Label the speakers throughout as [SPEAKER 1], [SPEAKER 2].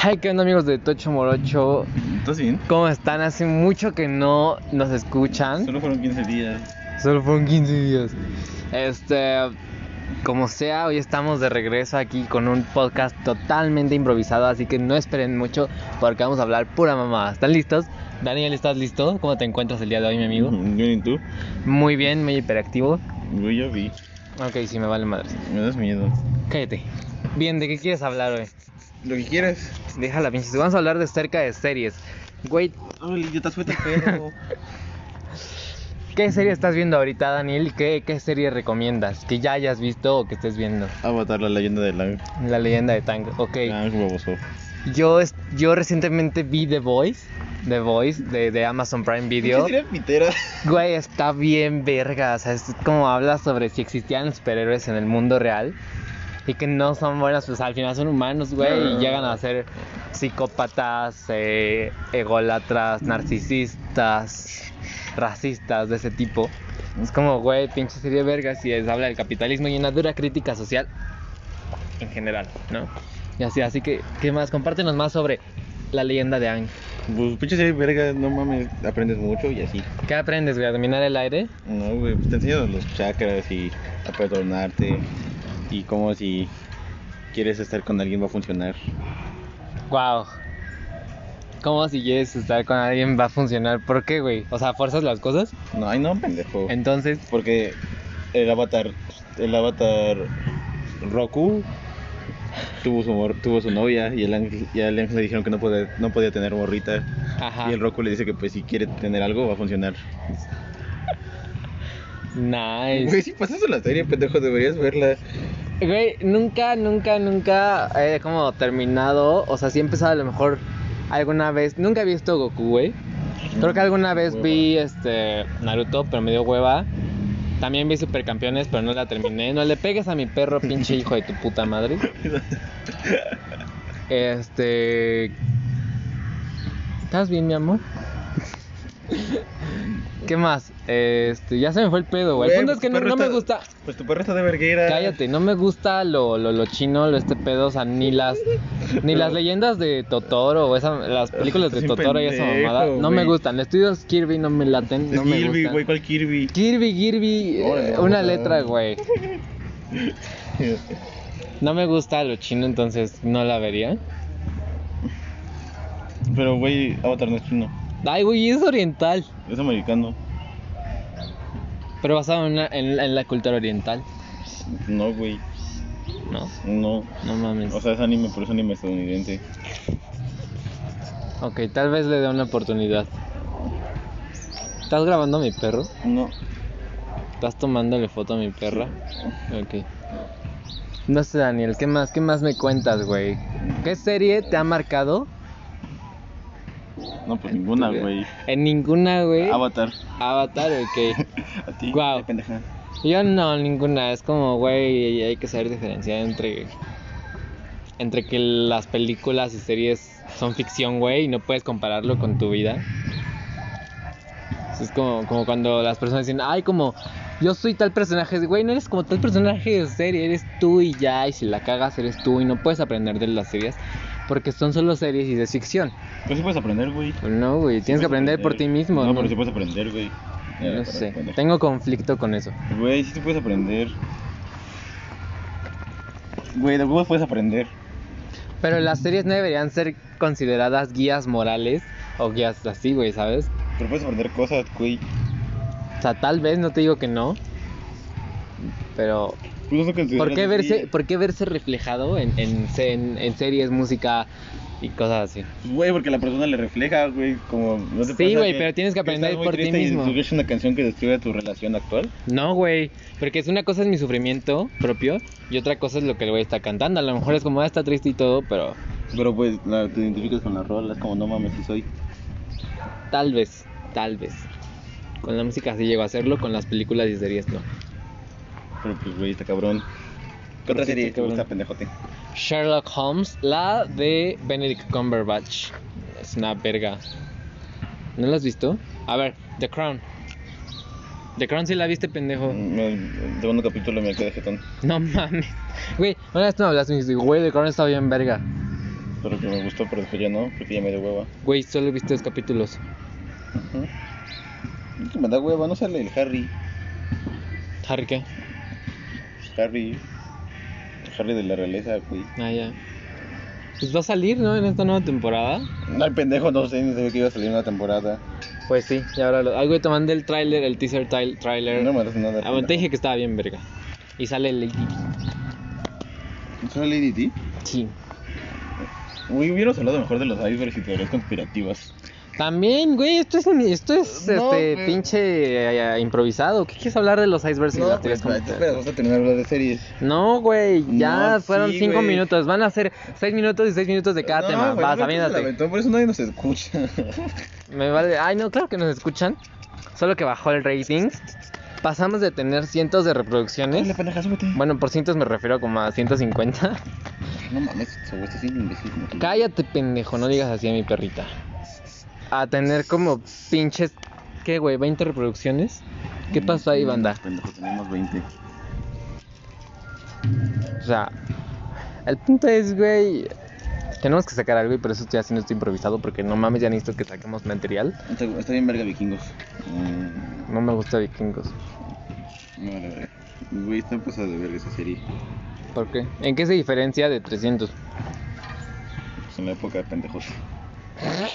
[SPEAKER 1] Hey, ¿qué onda amigos de Tocho Morocho?
[SPEAKER 2] ¿Estás bien?
[SPEAKER 1] ¿Cómo están? Hace mucho que no nos escuchan.
[SPEAKER 2] Solo fueron 15 días.
[SPEAKER 1] Solo fueron 15 días. Este, como sea, hoy estamos de regreso aquí con un podcast totalmente improvisado, así que no esperen mucho porque vamos a hablar pura mamada. ¿Están listos? Daniel, ¿estás listo? ¿Cómo te encuentras el día de hoy, mi amigo?
[SPEAKER 2] Yo ni tú.
[SPEAKER 1] Muy bien, muy hiperactivo.
[SPEAKER 2] Yo ya vi.
[SPEAKER 1] Ok, sí, me vale madres.
[SPEAKER 2] Me das miedo.
[SPEAKER 1] Cállate. Bien, ¿de qué quieres hablar hoy?
[SPEAKER 2] Lo que quieres.
[SPEAKER 1] Déjala, pinches. Vamos a hablar de cerca de series. Güey,
[SPEAKER 2] Ay, yo te suelto el pelo.
[SPEAKER 1] ¿Qué serie estás viendo ahorita, Daniel? ¿Qué, qué serie recomiendas? Que ya hayas visto o que estés viendo.
[SPEAKER 2] Avatar, la leyenda del lago.
[SPEAKER 1] La leyenda de Tango. Ok.
[SPEAKER 2] Ah, qué baboso.
[SPEAKER 1] Yo, es- yo recientemente vi The Voice. The Voice de, de Amazon Prime Video.
[SPEAKER 2] ¿Qué sería pitera?
[SPEAKER 1] Güey, está bien verga. O sea, es como habla sobre si existían superhéroes en el mundo real. Y que no son buenos, pues al final son humanos, güey. Y llegan a ser psicópatas, eh, ególatras, narcisistas, racistas de ese tipo. Es como, güey, pinche serie verga si es, habla del capitalismo y una dura crítica social en general, ¿no? Y así, así que, ¿qué más? Compártenos más sobre la leyenda de Ang.
[SPEAKER 2] Pues pinche serie verga, no mames, aprendes mucho y así.
[SPEAKER 1] ¿Qué aprendes, güey? ¿A dominar el aire?
[SPEAKER 2] No, güey, pues te enseñan los chakras y a perdonarte y cómo si quieres estar con alguien va a funcionar.
[SPEAKER 1] Wow. ¿Cómo si quieres estar con alguien va a funcionar? ¿Por qué, güey? O sea, fuerzas las cosas.
[SPEAKER 2] No, ay no, pendejo.
[SPEAKER 1] Entonces,
[SPEAKER 2] Porque el avatar, el avatar Roku tuvo su, mor- tuvo su novia y el ángel, y al ángel le dijeron que no podía, no podía tener morrita.
[SPEAKER 1] ajá.
[SPEAKER 2] Y el Roku le dice que pues si quiere tener algo va a funcionar. Güey,
[SPEAKER 1] Nice.
[SPEAKER 2] si pasas a la serie, pendejo, deberías verla.
[SPEAKER 1] Güey, nunca, nunca, nunca he como terminado. O sea, sí he empezado a lo mejor alguna vez. Nunca he visto Goku, güey. Creo que alguna vez vi este Naruto, pero me dio hueva. También vi Supercampeones, pero no la terminé. No le pegues a mi perro, pinche hijo de tu puta madre. Este. ¿Estás bien, mi amor? ¿Qué más? Este, ya se me fue el pedo, güey. El punto es que no, no me gusta.
[SPEAKER 2] Pues tu perro está de verguera.
[SPEAKER 1] Cállate, no me gusta lo, lo, lo chino, lo este pedo, o sea, ni las, ni las
[SPEAKER 2] No.
[SPEAKER 1] leyendas de Totoro, o esa, las películas de
[SPEAKER 2] Estás bien
[SPEAKER 1] Totoro y esa
[SPEAKER 2] pendejo,
[SPEAKER 1] mamada, no me
[SPEAKER 2] güey.
[SPEAKER 1] gustan. Estudios Kirby no me laten,
[SPEAKER 2] Es
[SPEAKER 1] no me
[SPEAKER 2] Kirby,
[SPEAKER 1] gustan.
[SPEAKER 2] güey, ¿cuál Kirby?
[SPEAKER 1] Kirby, Kirby, eh,
[SPEAKER 2] Órale,
[SPEAKER 1] una
[SPEAKER 2] vamos a-
[SPEAKER 1] letra, güey. No me gusta lo chino, entonces no la vería.
[SPEAKER 2] Pero, güey, Avatar no es chino.
[SPEAKER 1] Ay, güey, es oriental,
[SPEAKER 2] Es americano.
[SPEAKER 1] pero basado en, una- en- en la cultura oriental,
[SPEAKER 2] No, güey.
[SPEAKER 1] ¿no?
[SPEAKER 2] No.
[SPEAKER 1] No mames.
[SPEAKER 2] O sea, es anime, pero es anime estadounidense.
[SPEAKER 1] Ok, tal vez le dé una oportunidad. ¿Estás grabando a mi perro?
[SPEAKER 2] No.
[SPEAKER 1] ¿Estás tomándole foto a mi perra? Ok. No sé, Daniel, ¿qué más, qué más me cuentas, güey? ¿Qué serie te ha marcado?
[SPEAKER 2] No, pues ninguna, güey.
[SPEAKER 1] En ninguna, güey.
[SPEAKER 2] Avatar.
[SPEAKER 1] Avatar, ok.
[SPEAKER 2] A ti.
[SPEAKER 1] Guau.
[SPEAKER 2] qué pendeja.
[SPEAKER 1] Yo no, ninguna. Es como, güey, hay que saber diferenciar entre. Entre que las películas y series son ficción, güey, y no puedes compararlo con tu vida. Es como, como cuando las personas dicen, ay, como yo soy tal personaje, Es, güey, no eres como tal personaje de serie, eres tú y ya, y si la cagas eres tú y no puedes aprender de las series porque son solo series y de ficción.
[SPEAKER 2] Pues sí puedes aprender, güey.
[SPEAKER 1] Pero no, güey, tienes que aprender por ti mismo.
[SPEAKER 2] No,
[SPEAKER 1] No,
[SPEAKER 2] pero sí puedes aprender, güey. Ya,
[SPEAKER 1] No
[SPEAKER 2] para,
[SPEAKER 1] sé,
[SPEAKER 2] pendeja.
[SPEAKER 1] tengo conflicto con eso.
[SPEAKER 2] Güey, sí te puedes aprender. Güey, de huevos puedes aprender.
[SPEAKER 1] Pero las series no deberían ser consideradas guías morales o guías así, güey, ¿sabes?
[SPEAKER 2] Pero puedes aprender cosas, güey.
[SPEAKER 1] O sea, tal vez, no te digo que no. Pero,
[SPEAKER 2] Pues eso que
[SPEAKER 1] ¿por qué
[SPEAKER 2] consideras
[SPEAKER 1] verse,
[SPEAKER 2] así.
[SPEAKER 1] ¿por qué verse reflejado en, en, se- en- en series, música y cosas así?
[SPEAKER 2] Güey, porque la persona le refleja, güey. Como. No te
[SPEAKER 1] Sí,
[SPEAKER 2] pasa
[SPEAKER 1] güey, pero tienes que aprender
[SPEAKER 2] estás muy
[SPEAKER 1] por ti
[SPEAKER 2] triste y
[SPEAKER 1] mismo.
[SPEAKER 2] escuchas una canción que describe tu relación actual.
[SPEAKER 1] No, güey, porque es una cosa es mi sufrimiento propio y otra cosa es lo que el güey está cantando. A lo mejor es como, ah, está triste y todo, pero
[SPEAKER 2] Pero pues la- te identificas con la rola, es como no mames, sí soy.
[SPEAKER 1] tal vez, tal vez. Con la música sí llego a hacerlo, con las películas y series no.
[SPEAKER 2] Pero pues güey, está cabrón.
[SPEAKER 1] ¿Por
[SPEAKER 2] ¿Qué otra
[SPEAKER 1] qué
[SPEAKER 2] serie
[SPEAKER 1] está
[SPEAKER 2] te
[SPEAKER 1] cabrón?
[SPEAKER 2] gusta, pendejote?
[SPEAKER 1] Sherlock Holmes, la de Benedict Cumberbatch. Es una verga. ¿No la has visto? A ver, The Crown. The Crown sí la viste, pendejo.
[SPEAKER 2] Mm, El segundo capítulo me quedé jetón.
[SPEAKER 1] No mames. Güey, una vez tú me hablaste y me dijiste, güey, The Crown está bien verga.
[SPEAKER 2] pero que me gustó, pero después ya no, porque ya me dio hueva.
[SPEAKER 1] Güey, solo he visto dos capítulos.
[SPEAKER 2] Es que me da hueva, no sale el Harry.
[SPEAKER 1] ¿Harry qué?
[SPEAKER 2] Harry. El Harry de la realeza, güey.
[SPEAKER 1] Ah, ya. Pues va a salir, ¿no? En esta nueva temporada.
[SPEAKER 2] No, el pendejo, no sé, ni sabía que iba a salir una temporada.
[SPEAKER 1] Pues sí, ya ahora lo... Algo te mandé el tráiler, el teaser trail- tráiler.
[SPEAKER 2] No me das nada.
[SPEAKER 1] Ah, bueno, te dije que estaba bien verga. Y sale el Lady Di.
[SPEAKER 2] ¿Solo Lady D?
[SPEAKER 1] Sí.
[SPEAKER 2] Uy, hubiéramos hablado mejor de los icebergs y teorías conspirativas.
[SPEAKER 1] También, güey, esto es, esto es
[SPEAKER 2] No,
[SPEAKER 1] este
[SPEAKER 2] güey.
[SPEAKER 1] pinche eh, eh, improvisado. ¿Qué quieres hablar de los icebergs y las teorías conspirativas?
[SPEAKER 2] espera, vamos a terminar de hablar de series.
[SPEAKER 1] No, güey, ya
[SPEAKER 2] No,
[SPEAKER 1] fueron
[SPEAKER 2] sí,
[SPEAKER 1] cinco
[SPEAKER 2] güey.
[SPEAKER 1] minutos. Van a ser seis minutos y seis minutos de cada
[SPEAKER 2] No,
[SPEAKER 1] tema.
[SPEAKER 2] güey,
[SPEAKER 1] Vas,
[SPEAKER 2] no me
[SPEAKER 1] aviéntate.
[SPEAKER 2] la aventó, Por eso nadie nos escucha.
[SPEAKER 1] Me vale. Ay, no, claro que nos escuchan. Solo que bajó el rating. Pasamos de tener cientos de
[SPEAKER 2] Ay, la
[SPEAKER 1] reproducciones.
[SPEAKER 2] pendeja, súbete.
[SPEAKER 1] Bueno, por cientos me refiero como a 150.
[SPEAKER 2] No mames, se güey, estás bien imbécil. como tú.
[SPEAKER 1] Cállate, pendejo, no digas así a mi perrita. A tener como pinches. ¿Qué, güey? ¿20 reproducciones? ¿Qué
[SPEAKER 2] Mm,
[SPEAKER 1] pasó ahí, banda?
[SPEAKER 2] Pendejo, tenemos 20.
[SPEAKER 1] O sea, el punto es, güey. Tenemos que sacar algo y por eso estoy haciendo esto improvisado porque no mames, ya necesito que saquemos material.
[SPEAKER 2] Está, está bien verga vikingos. Mm,
[SPEAKER 1] No me gusta vikingos.
[SPEAKER 2] no, la verga. Güey, está pasada de verga esa serie.
[SPEAKER 1] ¿Por qué? ¿En qué se diferencia de 300?
[SPEAKER 2] Pues en la época de pendejos.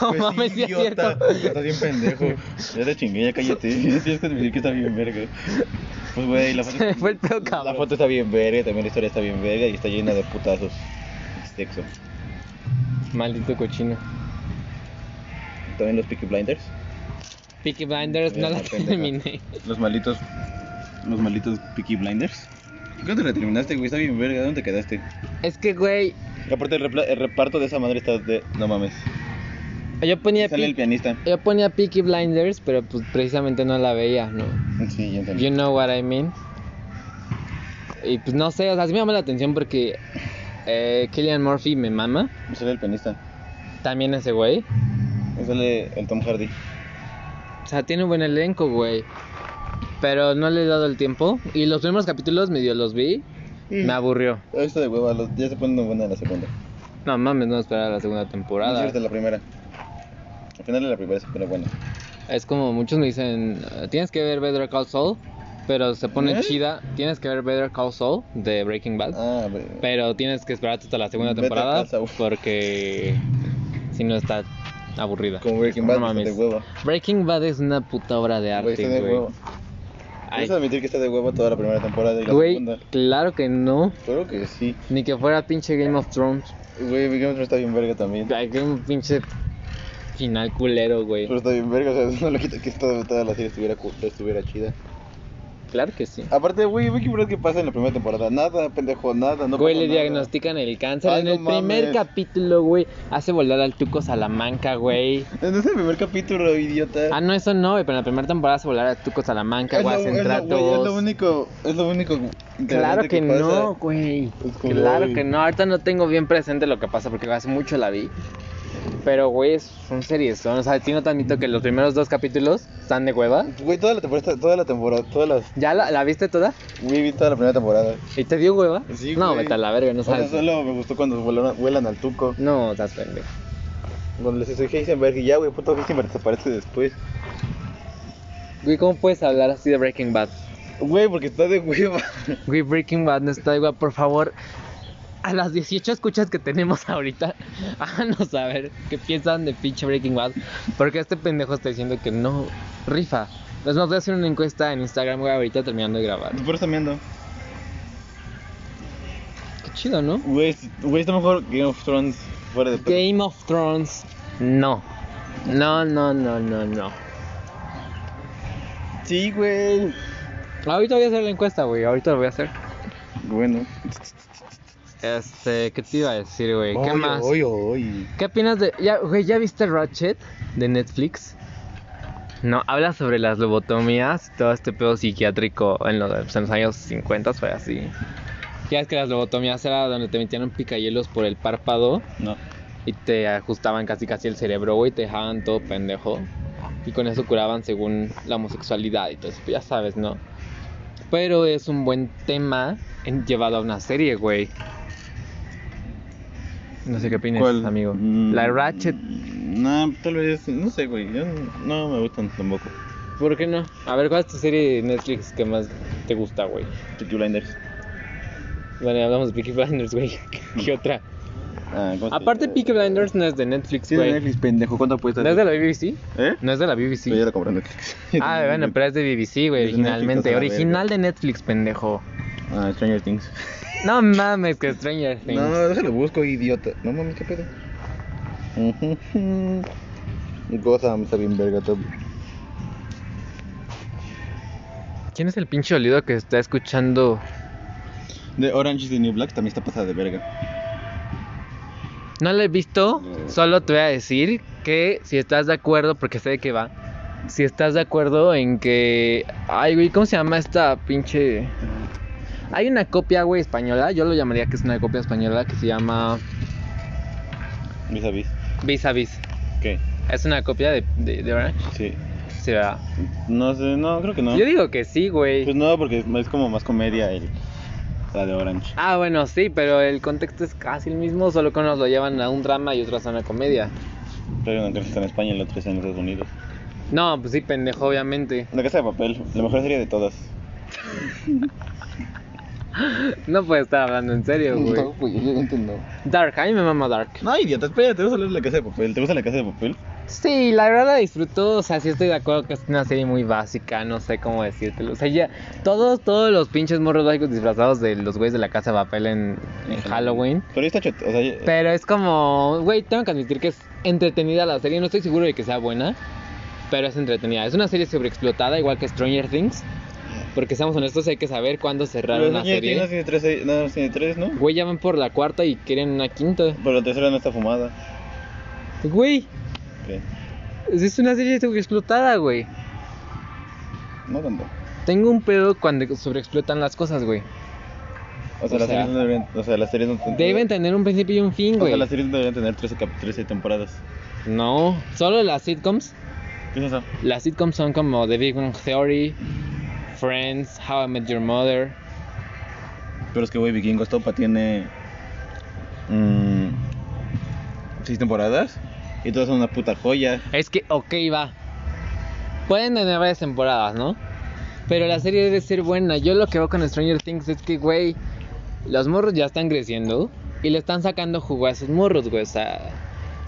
[SPEAKER 1] No mames, sí es cierto.
[SPEAKER 2] Estás Pues bien pendejo. Ya te chingué, ya cállate. Tienes que admitir que está bien verga. Pues güey, la
[SPEAKER 1] Se me
[SPEAKER 2] foto.
[SPEAKER 1] fue el pedo, cabrón.
[SPEAKER 2] La foto está bien verga, también la historia está bien verga y está llena de putazos. Sexo.
[SPEAKER 1] Maldito cochino.
[SPEAKER 2] También los Peaky Blinders.
[SPEAKER 1] Peaky Blinders, no
[SPEAKER 2] Mira,
[SPEAKER 1] la
[SPEAKER 2] pendeja.
[SPEAKER 1] terminé.
[SPEAKER 2] Los malitos. Los malitos Peaky Blinders. ¿Cuándo la terminaste, güey? Está bien verga, ¿dónde te quedaste?
[SPEAKER 1] Es que, güey,
[SPEAKER 2] Y aparte el, repla- el reparto de esa madre está de. No mames.
[SPEAKER 1] yo ponía,
[SPEAKER 2] Sale el
[SPEAKER 1] Pe-
[SPEAKER 2] pianista.
[SPEAKER 1] yo ponía Peaky Blinders, pero pues precisamente no la veía, ¿no?
[SPEAKER 2] Sí, ya entendí.
[SPEAKER 1] You know what I mean. Y pues no sé, o sea, sí me llama la atención porque eh, Killian Murphy me mama.
[SPEAKER 2] Sale el pianista.
[SPEAKER 1] También ese güey.
[SPEAKER 2] Sale el Tom Hardy.
[SPEAKER 1] O sea, tiene un buen elenco, güey. Pero no le he dado el tiempo. Y los primeros capítulos medio los vi. Me aburrió.
[SPEAKER 2] Ah, Esto de hueva, los- ya se ponen buena en la segunda.
[SPEAKER 1] No mames, no esperar la segunda
[SPEAKER 2] No
[SPEAKER 1] temporada.
[SPEAKER 2] es cierto, la primera. Al final de la primera se pone buena.
[SPEAKER 1] Es como muchos me dicen, tienes que ver Better Call Saul, pero se pone
[SPEAKER 2] ¿Eh?
[SPEAKER 1] chida. Tienes que ver Better Call Saul de Breaking Bad,
[SPEAKER 2] Ah, ve-
[SPEAKER 1] pero tienes que esperar hasta la segunda
[SPEAKER 2] Better
[SPEAKER 1] temporada
[SPEAKER 2] Call Saul.
[SPEAKER 1] porque si no está aburrida.
[SPEAKER 2] Como Breaking Bad, está de hueva.
[SPEAKER 1] Breaking Bad es una puta obra de
[SPEAKER 2] Güey,
[SPEAKER 1] arte,
[SPEAKER 2] está de
[SPEAKER 1] güey.
[SPEAKER 2] huevo.
[SPEAKER 1] Ay,
[SPEAKER 2] ¿Puedes admitir que está de huevo toda la primera temporada y la
[SPEAKER 1] Güey,
[SPEAKER 2] segunda?
[SPEAKER 1] claro que no.
[SPEAKER 2] Creo que sí.
[SPEAKER 1] Ni que fuera pinche Game of Thrones.
[SPEAKER 2] Güey, Game of Thrones está bien verga también.
[SPEAKER 1] Ay, que un pinche final culero, güey.
[SPEAKER 2] Pero está bien verga, o sea, eso no le quita que esta- toda la serie estuviera, cu- estuviera chida.
[SPEAKER 1] Claro que sí.
[SPEAKER 2] Aparte, güey, güey, ¿qué crees que pasa en la primera temporada? Nada, pendejo, nada, no
[SPEAKER 1] güey,
[SPEAKER 2] pasa
[SPEAKER 1] le
[SPEAKER 2] nada.
[SPEAKER 1] diagnostican el cáncer.
[SPEAKER 2] Ay,
[SPEAKER 1] en
[SPEAKER 2] no
[SPEAKER 1] el primer
[SPEAKER 2] mames.
[SPEAKER 1] capítulo, güey, hace volar al Tuco Salamanca, güey.
[SPEAKER 2] En ese primer capítulo, idiota.
[SPEAKER 1] Ah, no, eso no, güey, pero en la primera temporada hace volar al Tuco Salamanca,
[SPEAKER 2] es, lo,
[SPEAKER 1] güey,
[SPEAKER 2] es,
[SPEAKER 1] hacen
[SPEAKER 2] lo, güey, es lo
[SPEAKER 1] tratos.
[SPEAKER 2] único, es lo único
[SPEAKER 1] Claro
[SPEAKER 2] interesante
[SPEAKER 1] que,
[SPEAKER 2] pasa.
[SPEAKER 1] no, güey.
[SPEAKER 2] Es como,
[SPEAKER 1] Claro
[SPEAKER 2] güey.
[SPEAKER 1] que no. Ahorita no tengo bien presente lo que pasa porque hace mucho la vi. Pero, güey, es un series. O sea, sí no te admito que los primeros dos capítulos están de hueva.
[SPEAKER 2] Güey, toda la temporada, toda la temporada, todas las...
[SPEAKER 1] ¿Ya la, la viste toda?
[SPEAKER 2] Güey, vi toda la primera temporada.
[SPEAKER 1] ¿Y te dio hueva?
[SPEAKER 2] Sí,
[SPEAKER 1] no,
[SPEAKER 2] güey.
[SPEAKER 1] vete a la verga, no
[SPEAKER 2] O sea,
[SPEAKER 1] sabes.
[SPEAKER 2] solo me gustó cuando vuelan, vuelan al tuco.
[SPEAKER 1] No, estás pendejo.
[SPEAKER 2] Donde les dije Heisenberg y ya, güey, puto Heisenberg desaparece después.
[SPEAKER 1] Güey, ¿cómo puedes hablar así de Breaking Bad?
[SPEAKER 2] Güey, porque está de hueva.
[SPEAKER 1] Güey, Breaking Bad no está igual, por favor. A las 18 escuchas que tenemos ahorita, háganos saber qué piensan de pinche Breaking Bad. Porque este pendejo está diciendo que no rifa. Entonces nos voy a hacer una encuesta en Instagram, güey, ahorita terminando de grabar.
[SPEAKER 2] Pero está viendo.
[SPEAKER 1] Qué chido, ¿no?
[SPEAKER 2] Güey, es- güey, está mejor Game of Thrones fuera de...
[SPEAKER 1] Game of Thrones, no. No, no, no, no, no.
[SPEAKER 2] Sí, güey.
[SPEAKER 1] Ahorita voy a hacer la encuesta, güey, ahorita lo voy a hacer.
[SPEAKER 2] Bueno.
[SPEAKER 1] Este, ¿qué te iba a decir, güey? ¿Qué
[SPEAKER 2] Oy,
[SPEAKER 1] más?
[SPEAKER 2] oy, oy.
[SPEAKER 1] ¿Qué opinas de. Ya, güey, ¿ya viste Ratchet de Netflix? No, habla sobre las lobotomías, todo este pedo psiquiátrico en los, pues, en los años 50 fue así. Ya es que las lobotomías era donde te metían un picayelos por el párpado
[SPEAKER 2] No.
[SPEAKER 1] y te ajustaban casi casi el cerebro, güey, te dejaban todo pendejo. Y con eso curaban según la homosexualidad y todo eso, pues ya sabes, ¿no? Pero es un buen tema en- llevado a una serie, güey. No sé qué opinas,
[SPEAKER 2] ¿Cuál?
[SPEAKER 1] amigo.
[SPEAKER 2] Mm,
[SPEAKER 1] La Ratchet.
[SPEAKER 2] No, tal vez, no sé, güey. Yo no, no me gustan tampoco.
[SPEAKER 1] ¿Por qué no? A ver, ¿cuál es tu serie de Netflix que más te gusta, güey?
[SPEAKER 2] Peaky Blinders.
[SPEAKER 1] Bueno, ya hablamos de Peaky Blinders, güey. ¿Qué otra?
[SPEAKER 2] Ah, ¿cómo se
[SPEAKER 1] Aparte,
[SPEAKER 2] llama?
[SPEAKER 1] Peaky Blinders no es de Netflix,
[SPEAKER 2] Sí, de
[SPEAKER 1] güey.
[SPEAKER 2] Netflix, pendejo. ¿Cuánto apuestas?
[SPEAKER 1] ¿No es de la BBC?
[SPEAKER 2] ¿Eh?
[SPEAKER 1] No es de la
[SPEAKER 2] Pero ya
[SPEAKER 1] BBC.
[SPEAKER 2] la compré en Netflix.
[SPEAKER 1] Ah, bueno, pero es de BBC, güey,
[SPEAKER 2] Es de Netflix, a
[SPEAKER 1] originalmente.
[SPEAKER 2] la
[SPEAKER 1] Original de Netflix, pendejo.
[SPEAKER 2] Ah, Stranger Things.
[SPEAKER 1] No mames, que Stranger Things.
[SPEAKER 2] No, no, déjalo busco, idiota. No mames, qué pedo. Ujú. Gotham está bien verga, top.
[SPEAKER 1] ¿Quién es el pinche olido que está escuchando?
[SPEAKER 2] De Orange is the New Black también está pasada de verga.
[SPEAKER 1] No lo he visto,
[SPEAKER 2] No.
[SPEAKER 1] solo te voy a decir que si estás de acuerdo, porque sé de qué va, si estás de acuerdo en que... Ay, güey, ¿cómo se llama esta pinche...? Hay una copia, güey, española, yo lo llamaría que es una copia española que se llama
[SPEAKER 2] ¿Vis a vis?
[SPEAKER 1] Vis a Vis.
[SPEAKER 2] ¿Qué?
[SPEAKER 1] Es una copia de, de, de Orange.
[SPEAKER 2] Sí.
[SPEAKER 1] Sí, ¿verdad?
[SPEAKER 2] No sé, no, creo que no.
[SPEAKER 1] Yo digo que sí, güey.
[SPEAKER 2] Pues no, porque es, es como más comedia el, la de Orange.
[SPEAKER 1] Ah, bueno, sí, pero el contexto es casi el mismo, solo que unos lo llevan a un drama y otros a una comedia.
[SPEAKER 2] Pero no creo que está en España y la otra está en Estados Unidos.
[SPEAKER 1] No, pues sí, pendejo, obviamente.
[SPEAKER 2] La Casa de Papel, la mejor serie de todas.
[SPEAKER 1] No puede estar hablando en serio, güey.
[SPEAKER 2] güey, obviamente no.
[SPEAKER 1] Dark, a mí me mama Dark.
[SPEAKER 2] No, idiota, espérate, te gusta la Casa de Papel. ¿Te gusta la Casa de Papel?
[SPEAKER 1] Sí, la verdad la disfruto, o sea, sí estoy de acuerdo que es una serie muy básica, no sé cómo decírtelo. O sea, ya todos todos los pinches morros básicos disfrazados de los güeyes de la casa de papel en, en Halloween.
[SPEAKER 2] Pero ahí está chat, o sea, ya-
[SPEAKER 1] Pero es como, güey, tengo que admitir que es entretenida la serie, no estoy seguro de que sea buena, pero es entretenida. Es una serie sobreexplotada, igual que Stranger Things, porque seamos honestos, hay que saber cuándo cerrar
[SPEAKER 2] Pero
[SPEAKER 1] una
[SPEAKER 2] Stranger Things
[SPEAKER 1] serie.
[SPEAKER 2] No tiene tres, ahí- no, tiene tres, ¿no?
[SPEAKER 1] Güey, ya van por la cuarta y quieren una quinta.
[SPEAKER 2] Pero la tercera no está fumada.
[SPEAKER 1] Güey,
[SPEAKER 2] ¿Qué?
[SPEAKER 1] es una serie sobreexplotada, güey.
[SPEAKER 2] No tanto.
[SPEAKER 1] Tengo un pedo cuando sobreexplotan las cosas, güey.
[SPEAKER 2] O sea,
[SPEAKER 1] O
[SPEAKER 2] las
[SPEAKER 1] sea,
[SPEAKER 2] series no deberían, o sea, las series no ten-
[SPEAKER 1] Deben tener un principio y un fin,
[SPEAKER 2] o
[SPEAKER 1] güey.
[SPEAKER 2] sea, las series no deberían tener 13, cap- 13 temporadas.
[SPEAKER 1] No, solo las sitcoms.
[SPEAKER 2] ¿Qué es eso?
[SPEAKER 1] Las sitcoms son como The Big Bang Theory, Friends, How I Met Your Mother.
[SPEAKER 2] Pero es que, güey, Vikingos Topa tiene. mm, seis temporadas. Y todas son una puta joya.
[SPEAKER 1] Es que, ok, va. Pueden tener varias temporadas, ¿no? Pero la serie debe ser buena. Yo lo que veo con Stranger Things es que, güey, los morros ya están creciendo y le están sacando jugo a esos morros, güey. O sea,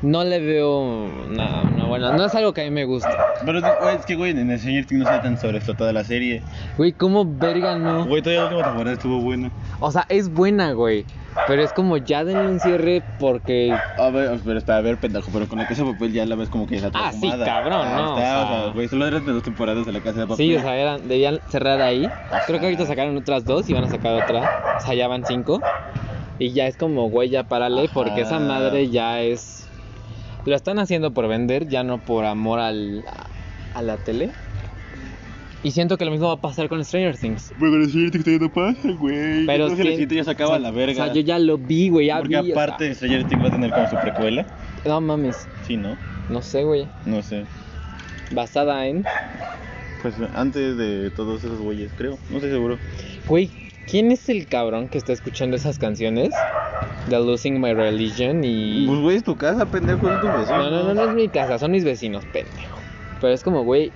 [SPEAKER 1] no le veo nada, no, bueno, no es algo que a mí me gusta.
[SPEAKER 2] Pero güey, es que, güey, en el Stranger Things no está tan sobreexplotada la serie.
[SPEAKER 1] Güey, ¿cómo verga no?
[SPEAKER 2] Güey, todavía la última temporada estuvo buena.
[SPEAKER 1] O sea, es buena, güey. Pero es como ya denle un cierre porque.
[SPEAKER 2] A ver, pero está, a ver, pendejo, pero con la casa de papel ya la ves como que ya está toda
[SPEAKER 1] Ah, sí,
[SPEAKER 2] fumada.
[SPEAKER 1] cabrón, no,
[SPEAKER 2] Está,
[SPEAKER 1] o
[SPEAKER 2] o
[SPEAKER 1] sea.
[SPEAKER 2] sea, güey, solo eran de dos temporadas de la casa de papel.
[SPEAKER 1] Sí, o sea, eran- debían cerrar ahí. Creo que ahorita sacaron otras dos y van a sacar otra. O sea, ya van cinco. Y ya es como, güey, ya párale,
[SPEAKER 2] Ajá.
[SPEAKER 1] porque esa madre ya es. Lo están haciendo por vender, ya no por amor al, a la tele. Y siento que lo mismo va a pasar con Stranger Things.
[SPEAKER 2] Güey, pero sí, te no pasa, güey.
[SPEAKER 1] Pero
[SPEAKER 2] Yo creo que
[SPEAKER 1] sí-
[SPEAKER 2] la siguiente ya se
[SPEAKER 1] o
[SPEAKER 2] acaba
[SPEAKER 1] sea,
[SPEAKER 2] la verga.
[SPEAKER 1] O sea, yo ya lo vi, güey. ya
[SPEAKER 2] Porque
[SPEAKER 1] vi, o sea,
[SPEAKER 2] aparte, Stranger Things va a tener como su precuela.
[SPEAKER 1] no mames.
[SPEAKER 2] Sí, ¿no?
[SPEAKER 1] No sé, güey.
[SPEAKER 2] No sé.
[SPEAKER 1] Basada en.
[SPEAKER 2] Pues antes de todos esos güeyes, creo. No estoy seguro.
[SPEAKER 1] Güey, ¿quién es el cabrón que está escuchando esas canciones? The Losing My Religion y...
[SPEAKER 2] Pues,
[SPEAKER 1] No,
[SPEAKER 2] güey, es tu casa, pendejo, es tu vecino.
[SPEAKER 1] no, no, no es mi casa, son mis vecinos, pendejo. Pero es como, güey,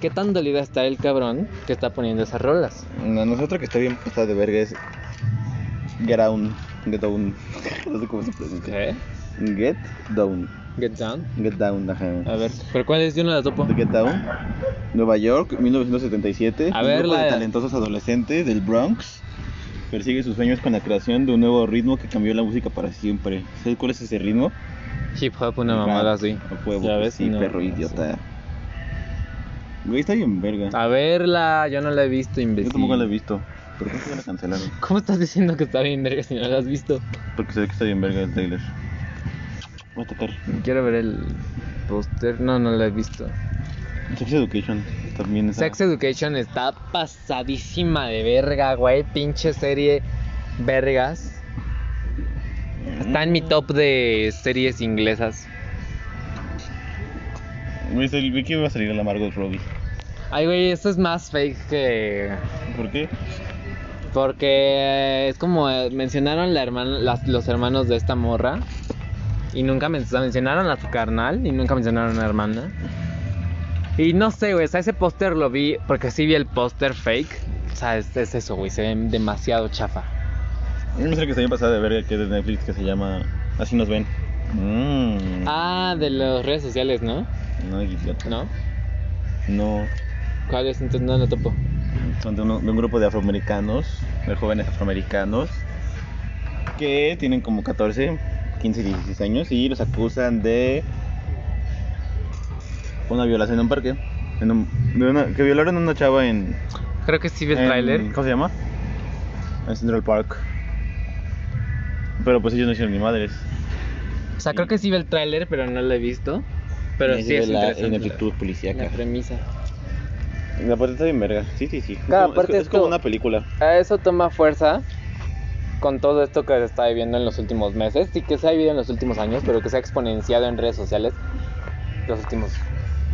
[SPEAKER 1] ¿qué tan dolida está el cabrón que está poniendo esas rolas?
[SPEAKER 2] No, nosotros que está bien pasada de verga es. Get down. Get down. No sé cómo se pronuncia.
[SPEAKER 1] ¿Qué?
[SPEAKER 2] Get down.
[SPEAKER 1] Get Down.
[SPEAKER 2] Get down, ajá.
[SPEAKER 1] A ver, ¿pero cuál es? Yo no la topo.
[SPEAKER 2] The Get Down. Nueva York, 1977.
[SPEAKER 1] A
[SPEAKER 2] un
[SPEAKER 1] ver,
[SPEAKER 2] grupo
[SPEAKER 1] la-
[SPEAKER 2] de talentosos adolescentes del Bronx persigue sus sueños con la creación de un nuevo ritmo que cambió la música para siempre. ¿Sabes cuál es ese ritmo?
[SPEAKER 1] Hip Hop, una mamada
[SPEAKER 2] Rap,
[SPEAKER 1] así.
[SPEAKER 2] a huevo,
[SPEAKER 1] Ya
[SPEAKER 2] pues
[SPEAKER 1] ves,
[SPEAKER 2] sí,
[SPEAKER 1] no,
[SPEAKER 2] perro
[SPEAKER 1] no,
[SPEAKER 2] idiota. Güey, está bien verga.
[SPEAKER 1] A verla, yo no la he visto, imbécil.
[SPEAKER 2] Yo tampoco la he visto. ¿Pero por qué la cancelaron?
[SPEAKER 1] ¿Cómo estás diciendo que está bien verga si no la has visto?
[SPEAKER 2] Porque se ve que está bien verga el trailer. Voy a tocar
[SPEAKER 1] Quiero ver el póster. No, no la he visto.
[SPEAKER 2] Sex Education. También está.
[SPEAKER 1] Sex Education está pasadísima de verga, güey. Pinche serie vergas. Está en mi top de series inglesas.
[SPEAKER 2] Güey, se- vi que iba a salir la Margot Robbie.
[SPEAKER 1] Ay, güey, esto es más fake que...
[SPEAKER 2] ¿Por qué?
[SPEAKER 1] Porque es como eh, mencionaron la hermana, las- los hermanos de esta morra. Y nunca men- mencionaron a su carnal y nunca mencionaron a la hermana. Y no sé, güey, o sea, ese póster lo vi porque sí vi el póster fake. O sea, es, es eso, güey, se ven demasiado chafa.
[SPEAKER 2] Hay Una serie que está bien pasada de verga que es de Netflix que se llama Así nos ven. Mm.
[SPEAKER 1] Ah, de las redes sociales, ¿no?
[SPEAKER 2] No, idiota.
[SPEAKER 1] ¿No?
[SPEAKER 2] No.
[SPEAKER 1] ¿Cuál es? Entonces no lo topo.
[SPEAKER 2] Son de, uno- de un grupo de afroamericanos, de jóvenes afroamericanos, que tienen como 14, 15, 16 años y los acusan de una violación en un parque. En un- de una- que violaron a una chava en,
[SPEAKER 1] Creo que sí vi el
[SPEAKER 2] en-
[SPEAKER 1] tráiler.
[SPEAKER 2] ¿Cómo se llama? En Central Park. Pero pues ellos no hicieron ni madres.
[SPEAKER 1] O sea, creo que sí vi el tráiler, pero no lo he visto. Pero
[SPEAKER 2] Ni
[SPEAKER 1] sí es
[SPEAKER 2] de la
[SPEAKER 1] interesante
[SPEAKER 2] ineptitud
[SPEAKER 1] la-
[SPEAKER 2] policíaca.
[SPEAKER 1] la premisa.
[SPEAKER 2] La parte está bien verga. Sí, sí, sí. Es
[SPEAKER 1] Cada
[SPEAKER 2] como- es,
[SPEAKER 1] parte
[SPEAKER 2] es
[SPEAKER 1] es
[SPEAKER 2] como
[SPEAKER 1] como-
[SPEAKER 2] una película.
[SPEAKER 1] a eso toma fuerza con todo esto que se está viviendo en los últimos meses y que se ha vivido en los últimos años, pero que se ha exponenciado en redes sociales los últimos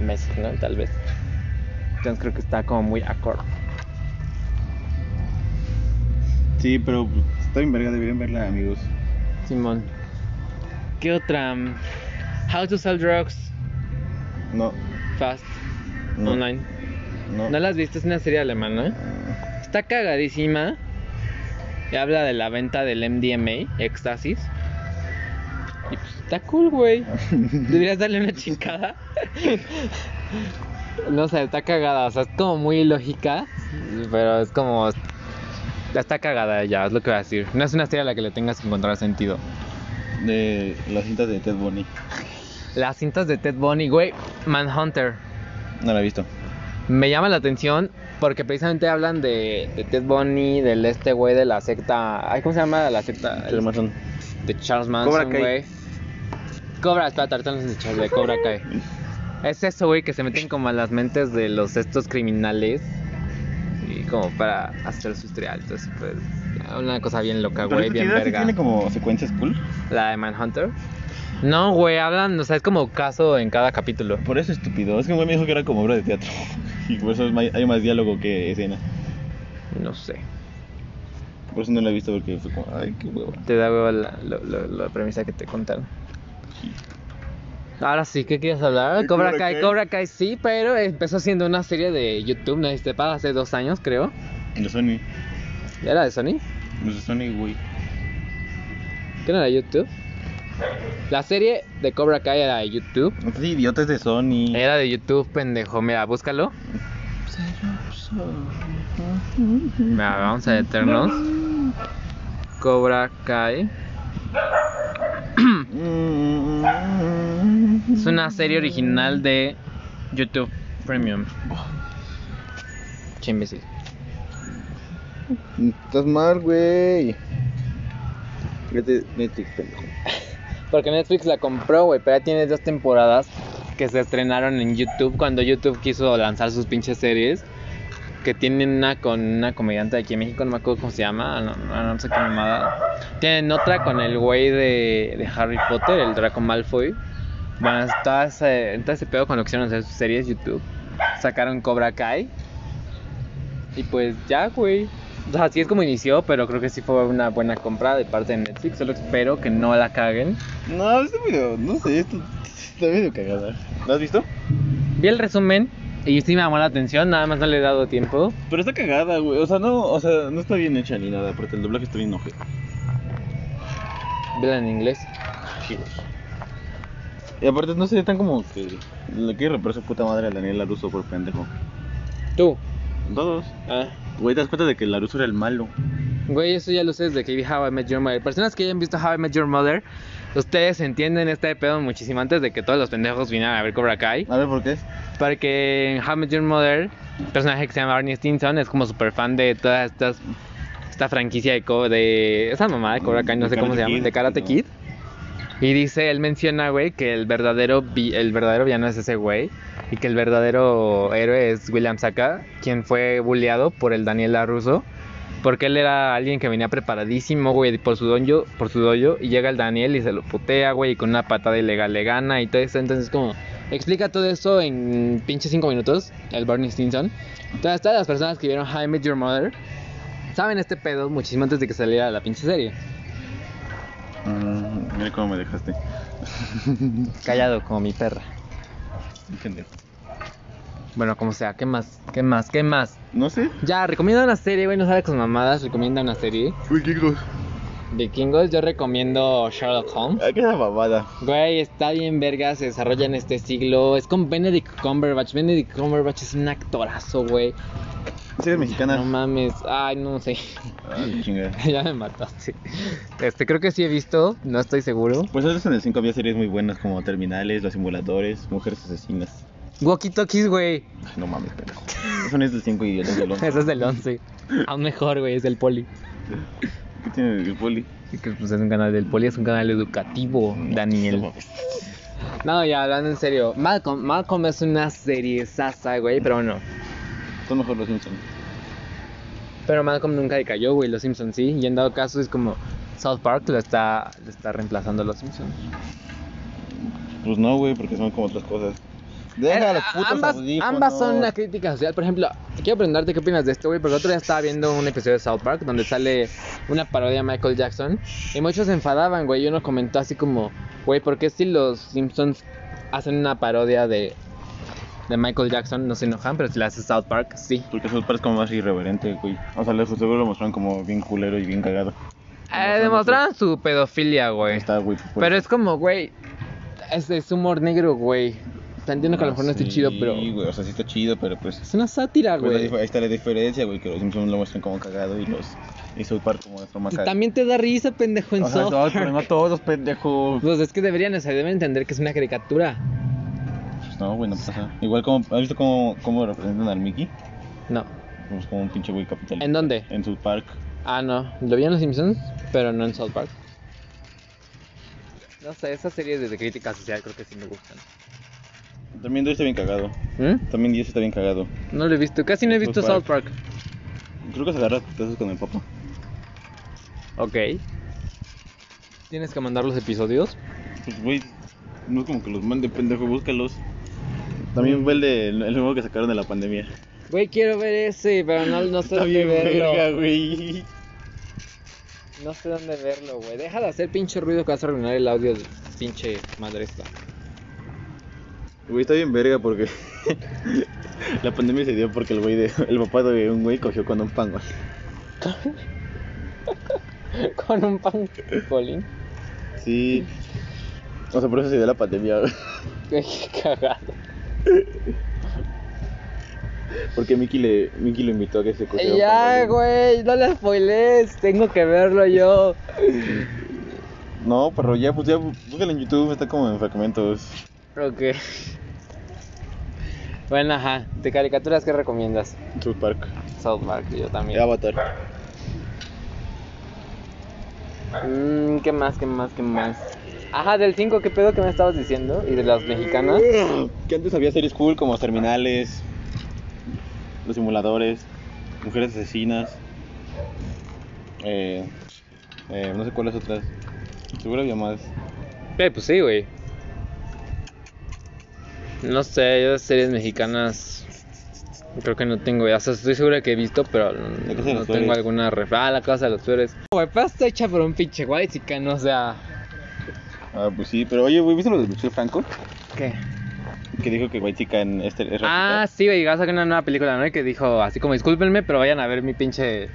[SPEAKER 1] meses, ¿no? Tal vez. Entonces creo que está como muy acorde.
[SPEAKER 2] Sí, pero está bien verga. Deberían verla, amigos.
[SPEAKER 1] Simón. ¿Qué otra? How to sell drugs
[SPEAKER 2] No.
[SPEAKER 1] fast
[SPEAKER 2] no,
[SPEAKER 1] online.
[SPEAKER 2] No.
[SPEAKER 1] ¿No la has visto? Es una serie alemana. Está cagadísima. Y habla de la venta del MDMA, éxtasis. Y pues está cool, güey. Deberías darle una chingada. No sé, está cagada. O sea, es como muy ilógica. Pero es como. Está cagada ya, es lo que voy a decir. No es una serie a la que le tengas que encontrar sentido.
[SPEAKER 2] De las cintas de Ted Bundy.
[SPEAKER 1] Las cintas de Ted Bundy, güey. Manhunter.
[SPEAKER 2] No la he visto.
[SPEAKER 1] Me llama la atención porque precisamente hablan de, de Ted Bundy, del este güey de la secta. Ay, ¿Cómo se llama la secta?
[SPEAKER 2] Charles Manson.
[SPEAKER 1] De Charles Manson,
[SPEAKER 2] Cobra Kai.
[SPEAKER 1] güey. Cobra, espérate, ahorita nos echamos de Cobra Kai. Es eso, güey, que se meten como a las mentes de los estos criminales. Y como para hacer sus trialtos. Pues, una cosa bien loca,
[SPEAKER 2] Pero
[SPEAKER 1] güey,
[SPEAKER 2] esta
[SPEAKER 1] bien
[SPEAKER 2] tira sí
[SPEAKER 1] verga.
[SPEAKER 2] tiene como secuencias cool.
[SPEAKER 1] La de Manhunter. No, güey, hablan, o sea, es como caso en cada capítulo.
[SPEAKER 2] Por eso estúpido. Es que un güey me dijo que era como obra de teatro. Y por eso es más- hay más diálogo que escena.
[SPEAKER 1] No sé.
[SPEAKER 2] Por eso no la he visto porque fue como, ay, qué huevo.
[SPEAKER 1] Te da hueva la, lo- lo- la premisa que te contaron. Ahora sí, ¿qué quieres hablar?
[SPEAKER 2] ¿De
[SPEAKER 1] Cobra
[SPEAKER 2] Cobra
[SPEAKER 1] Kai,
[SPEAKER 2] Kai?
[SPEAKER 1] Cobra Kai sí, pero empezó siendo una serie de YouTube, nadie te paga, hace dos años creo.
[SPEAKER 2] Los Sony.
[SPEAKER 1] ¿Era de Sony?
[SPEAKER 2] Los Sony, güey.
[SPEAKER 1] ¿Qué no era YouTube? La serie de Cobra Kai era de YouTube.
[SPEAKER 2] No seas idiota, es de Sony.
[SPEAKER 1] Era de YouTube, pendejo. Mira, búscalo. Mira, vamos a detenernos. Cobra Kai.
[SPEAKER 2] Mm,
[SPEAKER 1] Es una serie original de YouTube Premium. Che imbécil.
[SPEAKER 2] Estás mal, güey. Vete, Netflix, pendejo.
[SPEAKER 1] Porque Netflix la compró, güey, pero ya tiene dos temporadas que se estrenaron en YouTube cuando YouTube quiso lanzar sus pinches series. Que tienen una con una comediante de aquí en México, no me acuerdo cómo se llama, no, no- no sé qué mamada. Tienen otra con el güey de, de Harry Potter, el Draco Malfoy. Bueno, está ese, está ese pedo cuando quisieron hacer sus series YouTube. Sacaron Cobra Kai. Y pues ya, güey. O sea, así es como inició, pero creo que sí fue una buena compra de parte de Netflix. Solo espero que no la caguen.
[SPEAKER 2] No, este video, no sé, esto está medio cagada. ¿Lo has visto?
[SPEAKER 1] Vi el resumen y sí me llamó la atención, nada más no le he dado tiempo.
[SPEAKER 2] Pero está cagada, güey. O sea, no, o sea, no está bien hecha ni nada, aparte el doblaje está bien oje.
[SPEAKER 1] Vela en inglés.
[SPEAKER 2] Y aparte, no sé, están como que le quiere romper su puta madre a Daniel Laruso por pendejo.
[SPEAKER 1] Tú.
[SPEAKER 2] Todos.
[SPEAKER 1] Ah.
[SPEAKER 2] Güey, te das cuenta de que Laruso era el malo.
[SPEAKER 1] Güey, eso ya lo sé desde que vi How I Met Your Mother. Personas que hayan visto How I Met Your Mother, ustedes entienden este pedo muchísimo antes de que todos los pendejos vinieran a ver Cobra Kai.
[SPEAKER 2] A ver, ¿por qué?
[SPEAKER 1] Porque en How I Met Your Mother, el personaje que se llama Barney Stinson es como súper fan de todas estas. Esta franquicia de, co- de esa mamá de Cobra Kai, no
[SPEAKER 2] De
[SPEAKER 1] sé cómo
[SPEAKER 2] Karate
[SPEAKER 1] se llama,
[SPEAKER 2] Kid,
[SPEAKER 1] de Karate
[SPEAKER 2] ¿no?
[SPEAKER 1] Kid. Y dice, él menciona, güey, que el verdadero, vi- el verdadero villano es ese güey. Y que el verdadero héroe es William Saka, quien fue bulleado por el Daniel LaRusso. Porque él era alguien que venía preparadísimo, güey, por su dojo, por su dojo, y llega el Daniel y se lo putea, güey, y con una patada ilegal le gana y todo eso. Entonces, como, explica todo eso en pinche cinco minutos, el Barney Stinson. Entonces, todas las personas que vieron How I Met Your Mother saben este pedo muchísimo antes de que saliera la pinche serie.
[SPEAKER 2] Mm, Mira cómo me dejaste.
[SPEAKER 1] Callado como mi perra.
[SPEAKER 2] Un pendejo.
[SPEAKER 1] Bueno, como sea, ¿qué más? ¿Qué más? ¿Qué más?
[SPEAKER 2] No sé.
[SPEAKER 1] Ya, recomienda una serie, güey, no sabe con sus mamadas, recomienda una serie.
[SPEAKER 2] Vikingos.
[SPEAKER 1] Vikingos, yo recomiendo Sherlock Holmes.
[SPEAKER 2] Ah, qué la babada.
[SPEAKER 1] Güey, está bien verga, se desarrolla en este siglo. Es con Benedict Cumberbatch. Benedict Cumberbatch es un actorazo, güey.
[SPEAKER 2] Serie mexicana.
[SPEAKER 1] No mames. Ay, no sé.
[SPEAKER 2] Ah, qué chinga.
[SPEAKER 1] ya me mataste. Este, creo que sí he visto, no estoy seguro.
[SPEAKER 2] Pues antes en el 5 había series muy buenas como Terminales, Los Simuladores, Mujeres Asesinas.
[SPEAKER 1] Walkie Talkies, güey.
[SPEAKER 2] Ay, no mames, pendejo. Eso no es del 5 y el del 11.
[SPEAKER 1] Eso es del 11. Aún mejor, güey, es del Poli.
[SPEAKER 2] ¿Qué tiene el poli?
[SPEAKER 1] Así que, pues, es un canal del Poli, es un canal educativo,
[SPEAKER 2] No
[SPEAKER 1] Daniel.
[SPEAKER 2] mames.
[SPEAKER 1] No, ya, hablando en serio. Malcolm, Malcolm es una serie sasa, güey, pero no.
[SPEAKER 2] Son mejor los Simpsons.
[SPEAKER 1] Pero Malcolm nunca decayó, güey, los Simpsons sí. Y en dado caso es como South Park lo está, lo está reemplazando a los Simpsons.
[SPEAKER 2] Pues no, güey, porque son como otras cosas. Deja
[SPEAKER 1] Eh,
[SPEAKER 2] los putos
[SPEAKER 1] ambas,
[SPEAKER 2] audífonos.
[SPEAKER 1] ambas son una crítica social. Por ejemplo, quiero preguntarte qué opinas de esto, güey, porque el otro día estaba viendo un episodio de South Park donde sale una parodia de Michael Jackson y muchos se enfadaban, güey. Y uno comentó así como, güey, ¿por qué si los Simpsons hacen una parodia de, de Michael Jackson no se enojan, pero si la hace South Park, sí?
[SPEAKER 2] Porque South Park es como más irreverente, güey. O sea, los seguro lo mostraron como bien culero y bien cagado.
[SPEAKER 1] Eh, demostraban su pedofilia, güey.
[SPEAKER 2] Está, güey. por
[SPEAKER 1] Pero
[SPEAKER 2] eso.
[SPEAKER 1] es como, güey, es, es humor negro, güey. Te entiendo que a lo mejor no esté
[SPEAKER 2] Ah, Sí,
[SPEAKER 1] chido, pero
[SPEAKER 2] güey, o sea, sí está chido, pero pues.
[SPEAKER 1] es una sátira,
[SPEAKER 2] pues la
[SPEAKER 1] güey.
[SPEAKER 2] dif- ahí está la diferencia, güey, que los Simpsons lo muestran como cagado y los. Y South Park como otro más
[SPEAKER 1] Y También te da risa, pendejo, en
[SPEAKER 2] O sea,
[SPEAKER 1] South
[SPEAKER 2] no,
[SPEAKER 1] Park.
[SPEAKER 2] pero no todos, pendejo.
[SPEAKER 1] Pues es que deberían, o sea, deben entender que es una caricatura.
[SPEAKER 2] Pues no, güey, no pasa. Igual como, ¿has visto cómo, cómo representan al Mickey?
[SPEAKER 1] No.
[SPEAKER 2] Pues como un pinche güey capitalista.
[SPEAKER 1] ¿En dónde?
[SPEAKER 2] En South Park.
[SPEAKER 1] Ah, no. Lo vi en Los Simpsons, pero no en South Park. No sé, esas series de crítica social creo que sí me gustan.
[SPEAKER 2] También Dios está bien cagado.
[SPEAKER 1] ¿Mm?
[SPEAKER 2] También Dios está bien cagado.
[SPEAKER 1] No lo he visto. Casi no he visto
[SPEAKER 2] South
[SPEAKER 1] South Park.
[SPEAKER 2] Creo que se agarra putazos con el papá.
[SPEAKER 1] Ok. ¿Tienes que mandar los episodios?
[SPEAKER 2] Pues, güey, no es como que los mande, pendejo, búscalos. También fue el, de, el nuevo que sacaron de la pandemia.
[SPEAKER 1] Güey, quiero ver ese, pero no, no sé
[SPEAKER 2] Está
[SPEAKER 1] dónde
[SPEAKER 2] bien
[SPEAKER 1] verlo.
[SPEAKER 2] verga, güey.
[SPEAKER 1] No sé dónde verlo, güey. Deja de hacer pinche ruido que vas a arruinar el audio de pinche madre esta.
[SPEAKER 2] Güey, está bien verga porque la pandemia se dio porque el güey de, el papá de un güey cogió con un pan, güey.
[SPEAKER 1] Con un pan colín.
[SPEAKER 2] Sí. O sea, por eso se dio la pandemia, güey.
[SPEAKER 1] Qué cagado.
[SPEAKER 2] Porque Mickey le, Mickey lo invitó a que se cogiera un pan,
[SPEAKER 1] Ya, güey, no la spoilees. Tengo que verlo yo.
[SPEAKER 2] No, pero ya, pues ya, búscalo en YouTube, está como en fragmentos.
[SPEAKER 1] Ok. Bueno, ajá. ¿De caricaturas qué recomiendas?
[SPEAKER 2] South Park.
[SPEAKER 1] South Park, yo también.
[SPEAKER 2] Avatar.
[SPEAKER 1] Mm, ¿Qué más, qué más, qué más? Ajá, del 5, ¿qué pedo que me estabas diciendo? ¿Y de las mexicanas?
[SPEAKER 2] Que antes había series cool como Terminales, Los Simuladores, Mujeres Asesinas. Eh, eh, no sé cuáles otras. Seguro había más.
[SPEAKER 1] Eh, pues sí, güey. No sé, yo de series mexicanas creo que no tengo, o sea, estoy segura que he visto, pero no,
[SPEAKER 2] La Casa de
[SPEAKER 1] no
[SPEAKER 2] los
[SPEAKER 1] tengo
[SPEAKER 2] Flores.
[SPEAKER 1] alguna ref. Ah, la casa de los flores. Güey, pero está hecha por un pinche guay, chica, no, o sea,
[SPEAKER 2] Ah, pues sí, pero oye, güey, ¿viste lo de Michel Franco?
[SPEAKER 1] ¿qué?
[SPEAKER 2] Que dijo que güey chica en este. es
[SPEAKER 1] Ah,
[SPEAKER 2] racista.
[SPEAKER 1] sí, güey, vas a sacar una nueva película, ¿no? Y que dijo, así como, discúlpenme, pero vayan a ver mi pinche,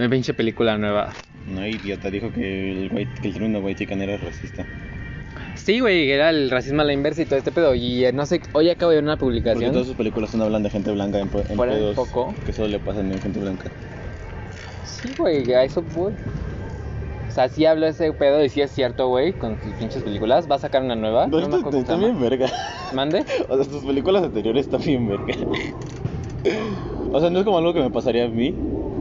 [SPEAKER 1] mi pinche película nueva.
[SPEAKER 2] No, idiota, dijo que el, güey, que el término güey chica era racista.
[SPEAKER 1] Sí, güey, era el racismo a la inversa y todo este pedo, y eh, no sé, hoy acabo de ver una
[SPEAKER 2] Porque
[SPEAKER 1] publicación.
[SPEAKER 2] todas sus películas son hablan de gente blanca en, pe- en
[SPEAKER 1] Fuera de
[SPEAKER 2] pedos
[SPEAKER 1] foco.
[SPEAKER 2] que solo le pasan a gente blanca.
[SPEAKER 1] Sí, güey, a eso voy. O sea, sí habla ese pedo y sí es cierto, güey, con sus pinches películas. Va a sacar una nueva.
[SPEAKER 2] No,
[SPEAKER 1] Ah, me
[SPEAKER 2] esto-
[SPEAKER 1] acuerdo cómo se
[SPEAKER 2] está
[SPEAKER 1] llama.
[SPEAKER 2] bien verga.
[SPEAKER 1] ¿Mande?
[SPEAKER 2] O sea, sus películas anteriores están bien verga. O sea, no es como algo que me pasaría a mí.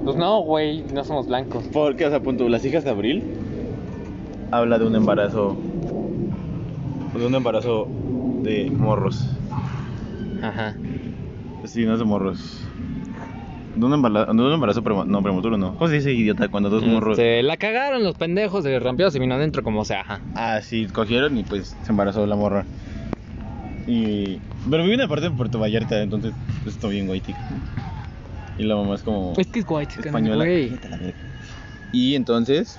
[SPEAKER 1] Pues no, güey, no somos blancos.
[SPEAKER 2] Porque, o sea, punto, las hijas de Abril habla de un embarazo. De un embarazo de morros.
[SPEAKER 1] Ajá.
[SPEAKER 2] Sí, no es de morros. De un embarazo, de un embarazo prema- no, prematuro, no. ¿Cómo se dice idiota cuando dos morros?
[SPEAKER 1] Este, la cagaron los pendejos, se rompió, se vino adentro como sea, ajá.
[SPEAKER 2] Ah, sí, cogieron y pues se embarazó la morra. Y. Pero vive una parte en Puerto Vallarta, entonces pues, está bien, güey, tic. Y la mamá es como.
[SPEAKER 1] Pues Es que es guay, chica,
[SPEAKER 2] española.
[SPEAKER 1] güey.
[SPEAKER 2] Vete a la verga. Y entonces,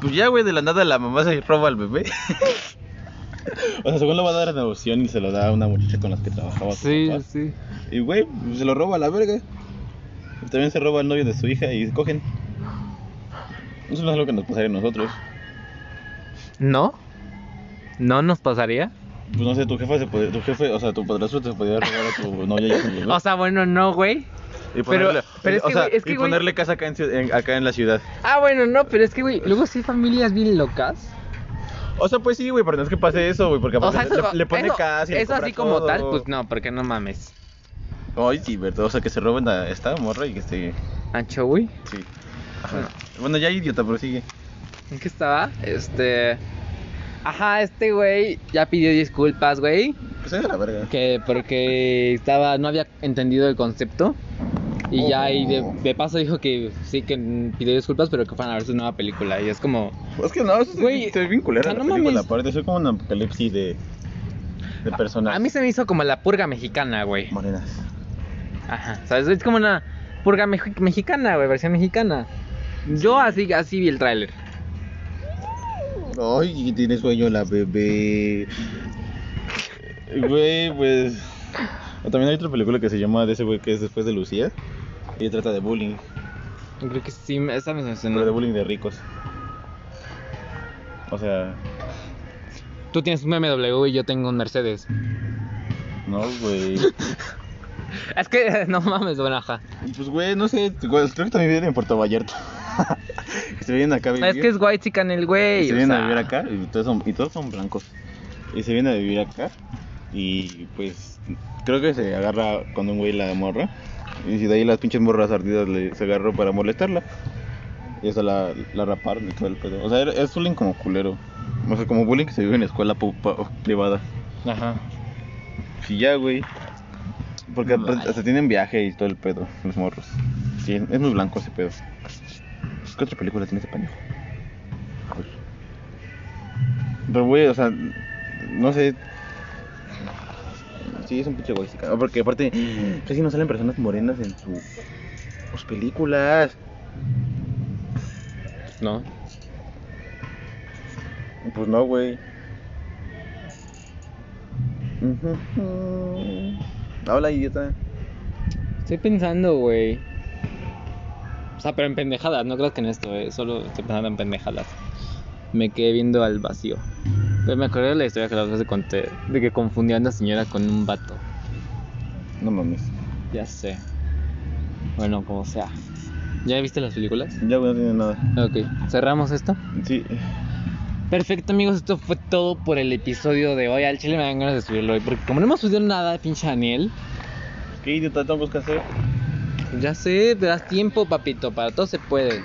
[SPEAKER 2] Pues ya, güey, de la nada la mamá se roba al bebé. o sea, según lo va a dar en adopción y se lo da a una muchacha con la que trabajaba. su
[SPEAKER 1] Sí,
[SPEAKER 2] papá.
[SPEAKER 1] sí.
[SPEAKER 2] Y, güey, se lo roba a la verga. También se roba al novio de su hija y cogen. Eso no es algo que nos pasaría a nosotros.
[SPEAKER 1] ¿No? ¿No nos pasaría?
[SPEAKER 2] Pues no sé, tu jefa se podría, tu jefe, o sea, tu padrastro te podría robar a tu novia y a tu bebé.
[SPEAKER 1] O sea, bueno, no, güey.
[SPEAKER 2] y
[SPEAKER 1] Ah, pero- pero es
[SPEAKER 2] o
[SPEAKER 1] que,
[SPEAKER 2] sea,
[SPEAKER 1] güey, es que,
[SPEAKER 2] y
[SPEAKER 1] güey-
[SPEAKER 2] ponerle casa acá en, ciu- en- acá en la ciudad.
[SPEAKER 1] Ah, bueno, no, pero es que, güey, luego sí hay familias bien locas.
[SPEAKER 2] O sea, pues sí, güey, pero no es que pase eso, güey, porque
[SPEAKER 1] O
[SPEAKER 2] aparte
[SPEAKER 1] sea, eso,
[SPEAKER 2] le, le pone
[SPEAKER 1] eso-
[SPEAKER 2] casa y le
[SPEAKER 1] eso
[SPEAKER 2] compra
[SPEAKER 1] así como
[SPEAKER 2] todo.
[SPEAKER 1] tal, pues no, porque no mames.
[SPEAKER 2] Ay, sí, ¿verdad? O sea, que se roben a esta morra y que se...
[SPEAKER 1] Ancho, güey.
[SPEAKER 2] Sí. Ajá.
[SPEAKER 1] Ah.
[SPEAKER 2] Bueno, ya idiota, pero sigue.
[SPEAKER 1] ¿En qué estaba? Este. Ajá, este güey ya pidió disculpas, güey.
[SPEAKER 2] Pues es la verga.
[SPEAKER 1] Que porque estaba, no había entendido el concepto. Y ya, y de,
[SPEAKER 2] Oh.
[SPEAKER 1] de paso dijo que sí, que mm, pidió disculpas, pero que fueron a ver su nueva película. Y es como,
[SPEAKER 2] Es que no, eso es,
[SPEAKER 1] Güey,
[SPEAKER 2] estoy bien culera
[SPEAKER 1] ah,
[SPEAKER 2] la
[SPEAKER 1] no
[SPEAKER 2] película,
[SPEAKER 1] mames.
[SPEAKER 2] aparte, soy como una apocalipsis de, de personas
[SPEAKER 1] a mí se me hizo como la purga mexicana, güey.
[SPEAKER 2] morenas.
[SPEAKER 1] Ajá, ¿sabes? Es como una purga mej- mexicana, güey, versión mexicana. Yo así, así vi el tráiler.
[SPEAKER 2] Ay, y tiene sueño la bebé. Güey, pues. También hay otra película que se llama de ese güey que es después de Lucía. Y trata de bullying,
[SPEAKER 1] Yo Creo que sí, esa me
[SPEAKER 2] pero de
[SPEAKER 1] mencionó.
[SPEAKER 2] bullying de ricos. O sea,
[SPEAKER 1] Tú tienes un BMW y yo tengo un Mercedes.
[SPEAKER 2] no, güey.
[SPEAKER 1] Es que, no mames, bueno, ajá.
[SPEAKER 2] Y Pues, güey, no sé, güey, creo que también viven en Puerto Vallarta. que se vienen acá a vivir.
[SPEAKER 1] Es que es guay chica en el
[SPEAKER 2] y
[SPEAKER 1] güey.
[SPEAKER 2] se
[SPEAKER 1] o
[SPEAKER 2] vienen a
[SPEAKER 1] sea.
[SPEAKER 2] vivir acá y todos, son, y todos son blancos. Y se vienen a vivir acá. Y pues creo que se agarra con un güey la morra. Y de ahí las pinches morras ardidas le, se agarró para molestarla. Y eso la, la raparon y todo el pedo. O sea, era- es bullying como culero. O sea, como bullying que se vive en escuela pu- pa- privada.
[SPEAKER 1] Ajá.
[SPEAKER 2] Sí, ya, güey. Porque
[SPEAKER 1] No
[SPEAKER 2] pues,
[SPEAKER 1] mames.
[SPEAKER 2] hasta tienen viaje y todo el pedo, los morros. Sí, es muy blanco ese pedo. ¿Qué otra película tiene ese pendejo? Joder. Pero, güey, o sea, no sé. Sí, es un pinche güey. Porque aparte, casi no salen personas morenas en su- sus películas.
[SPEAKER 1] No.
[SPEAKER 2] Pues no, güey. Ujú. Habla, idiota.
[SPEAKER 1] Estoy pensando, güey. O sea, pero en pendejadas, no creas que en esto, eh. Solo estoy pensando en pendejadas. Me quedé viendo al vacío. Pero me acordé de la historia que la otra vez te conté, de que confundí a una señora con un vato.
[SPEAKER 2] No mames.
[SPEAKER 1] Ya sé. Bueno, como sea. ¿Ya viste las películas?
[SPEAKER 2] Ya, güey, no tiene nada.
[SPEAKER 1] Ok, cerramos esto.
[SPEAKER 2] Sí.
[SPEAKER 1] Perfecto, amigos, esto fue todo por el episodio de hoy. Al chile me dan ganas de subirlo hoy, porque como no hemos subido nada, pinche Daniel.
[SPEAKER 2] ¿Qué idiota tengo que hacer?
[SPEAKER 1] Ya sé, te das tiempo, papito, para todo se puede.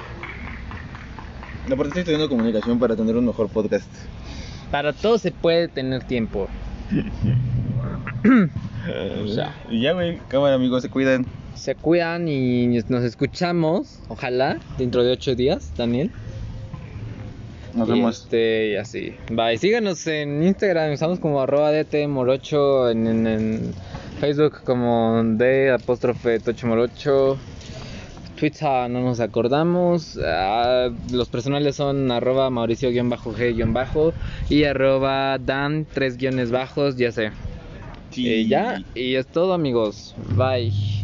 [SPEAKER 2] Aparte estoy estudiando comunicación para tener un mejor podcast.
[SPEAKER 1] Para todo se puede tener tiempo.
[SPEAKER 2] O
[SPEAKER 1] sea.
[SPEAKER 2] Y ya, güey. Cámara, amigos, se cuidan.
[SPEAKER 1] Se cuidan y nos escuchamos, ojalá, dentro de ocho días, Daniel.
[SPEAKER 2] Nos
[SPEAKER 1] Y
[SPEAKER 2] vemos.
[SPEAKER 1] Este, y así. Bye. Síganos en Instagram, estamos como arroba DT Morocho, en, en- en Facebook como D apóstrofe Tocho Morocho. Twitter no nos acordamos. ah, los personales son arroba Mauricio-G- y arroba Dan tres guiones bajos, ya sé.
[SPEAKER 2] Sí.
[SPEAKER 1] Y ya, y es todo amigos. Bye.